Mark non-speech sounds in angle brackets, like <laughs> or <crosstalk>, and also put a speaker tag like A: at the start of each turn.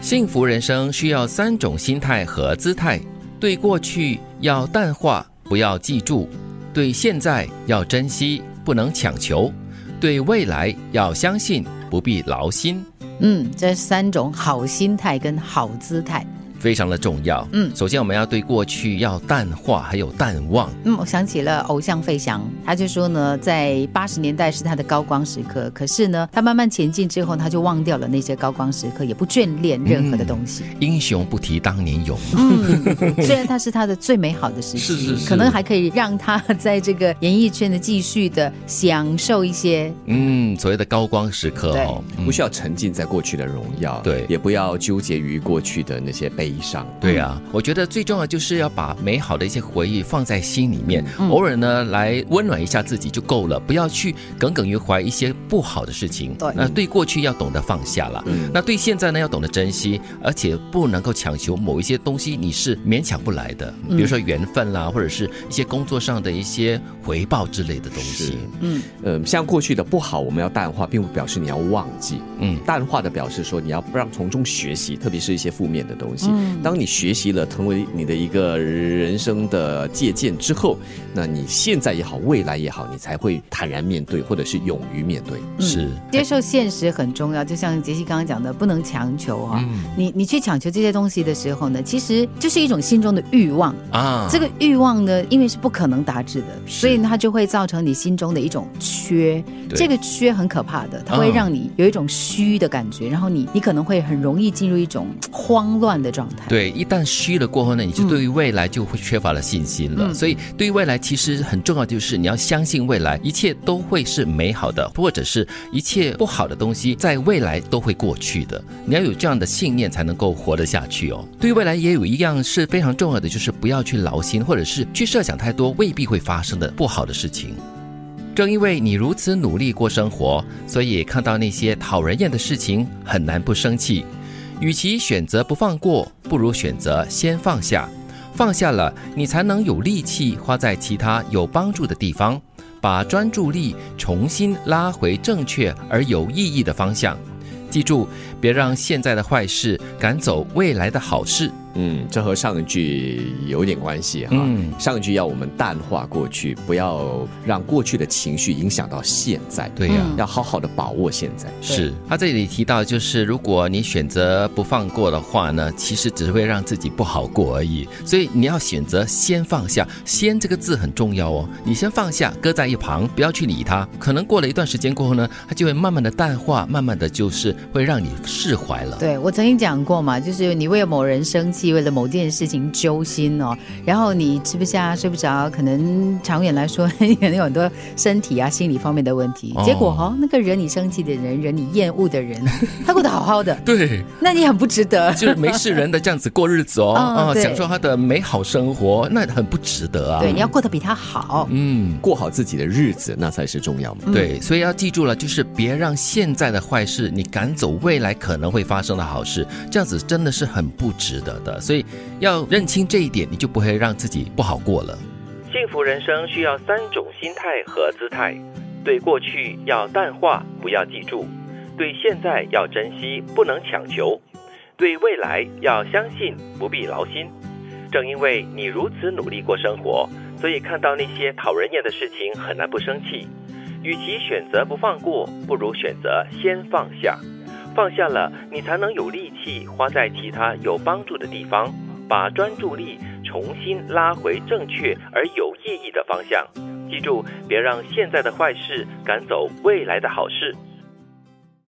A: 幸福人生需要三种心态和姿态：对过去要淡化，不要记住；对现在要珍惜，不能强求；对未来要相信，不必劳心。
B: 嗯，这三种好心态跟好姿态。
A: 非常的重要。
B: 嗯
A: 首先我们要对过去要淡化，还有淡忘。
B: 嗯，我想起了偶像费翔，他就说呢，在八十年代是他的高光时刻，可是呢，他慢慢前进之后，他就忘掉了那些高光时刻，也不眷恋任何的东西。嗯
A: 英雄不提当年勇，
B: 虽然他是他的最美好的时期，
A: 嗯 <laughs> 是是是
B: 可能还可以让他在这个演艺圈的继续的享受一些。
A: 嗯，所谓的高光时刻哦，嗯
C: 不需要沉浸在过去的荣耀，
A: 对
C: 也不要纠结于过去的那些悲伤。
A: 对啊，我觉得最重要就是要把美好的一些回忆放在心里面，偶尔呢来温暖一下自己就够了，不要去耿耿于怀一些不好的事情。
B: 对
A: 那对过去要懂得放下了，那对现在呢要懂得珍惜，而且不能够强求某一些东西，你是勉强不来的，比如说缘分啦，或者是一些工作上的一些回报之类的东西。
B: 嗯
C: 嗯，像过去的不好，我们要淡化，并不表示你要忘记。
A: 嗯
C: 淡化的表示说你要让从中学习，特别是一些负面的东西。
B: 嗯
C: 当你学习了，成为你的一个人生的借鉴之后，那你现在也好，未来也好，你才会坦然面对，或者是勇于面对。
A: 是，
B: 接受现实很重要，就像杰西刚刚讲的，不能强求哈、
A: 嗯
B: 你你去强求这些东西的时候呢，其实就是一种心中的欲望。
A: 啊，
B: 这个欲望呢，因为是不可能达至的，所以它就会造成你心中的一种缺。
A: 对
B: 这个缺很可怕的，它会
A: 嗯
B: 让你有一种虚的感觉，然后你你可能会很容易进入一种慌乱的状态。
A: 对，一旦虚了过后呢，你就对于未来就会缺乏了信心了。
B: 嗯
A: 所以，对于未来其实很重要，就是你要相信未来，一切都会是美好的，或者是一切不好的东西，在未来都会过去的。你要有这样的信念，才能够活得下去哦。对于未来也有一样是非常重要的，就是不要去劳心，或者是去设想太多未必会发生的不好的事情。正因为你如此努力过生活，所以看到那些讨人厌的事情很难不生气。与其选择不放过，不如选择先放下。放下了，你才能有力气花在其他有帮助的地方，把专注力重新拉回正确而有意义的方向。记住，别让现在的坏事赶走未来的好事。
C: 嗯，这和上一句有点关系哈。
A: 嗯
C: 上一句要我们淡化过去，不要让过去的情绪影响到现在。
A: 对呀、
B: 嗯
C: 要好好的把握现在。
A: 是他这里提到，就是如果你选择不放过的话呢，其实只会让自己不好过而已。所以你要选择先放下，先这个字很重要哦。你先放下，搁在一旁，不要去理它。可能过了一段时间过后呢，它就会慢慢的淡化，慢慢的就是会让你释怀了。
B: 对，我曾经讲过嘛，就是你为了某人生气，为了某件事情揪心哦，然后你吃不下、睡不着，可能长远来说 <laughs> 你可能有很多身体啊、心理方面的问题
A: 哦。
B: 结果哈、哦，那个惹你生气的人、惹你厌恶的人，他过得好好的，
A: 对，
B: 那你很不
A: <laughs>
B: 值得。
A: 就是没事人的这样子过日子哦，
B: 嗯
A: 啊、
B: 对
A: 享受他的美好生活，那很不值得啊。
B: 对，你要过得比他好。
A: 嗯。
C: 过好自己的日子，那才是重要嘛。
A: 对，所以要记住了，就是别让现在的坏事你赶走未来可能会发生的好事，这样子真的是很不值得的。所以要认清这一点，你就不会让自己不好过了。幸福人生需要三种心态和姿态：对过去要淡化，不要记住；对现在要珍惜，不能强求；对未来要相信，不必劳心。正因为你如此努力过生活，所以看到那些讨人厌的事情很难不生气。与其选择不放过，不如选择先放下。放下了，你才能有力气花在其他有帮助的地方，把专注力重新拉回正确而有意义的方向。记住，别让现在的坏事赶走未来的好事。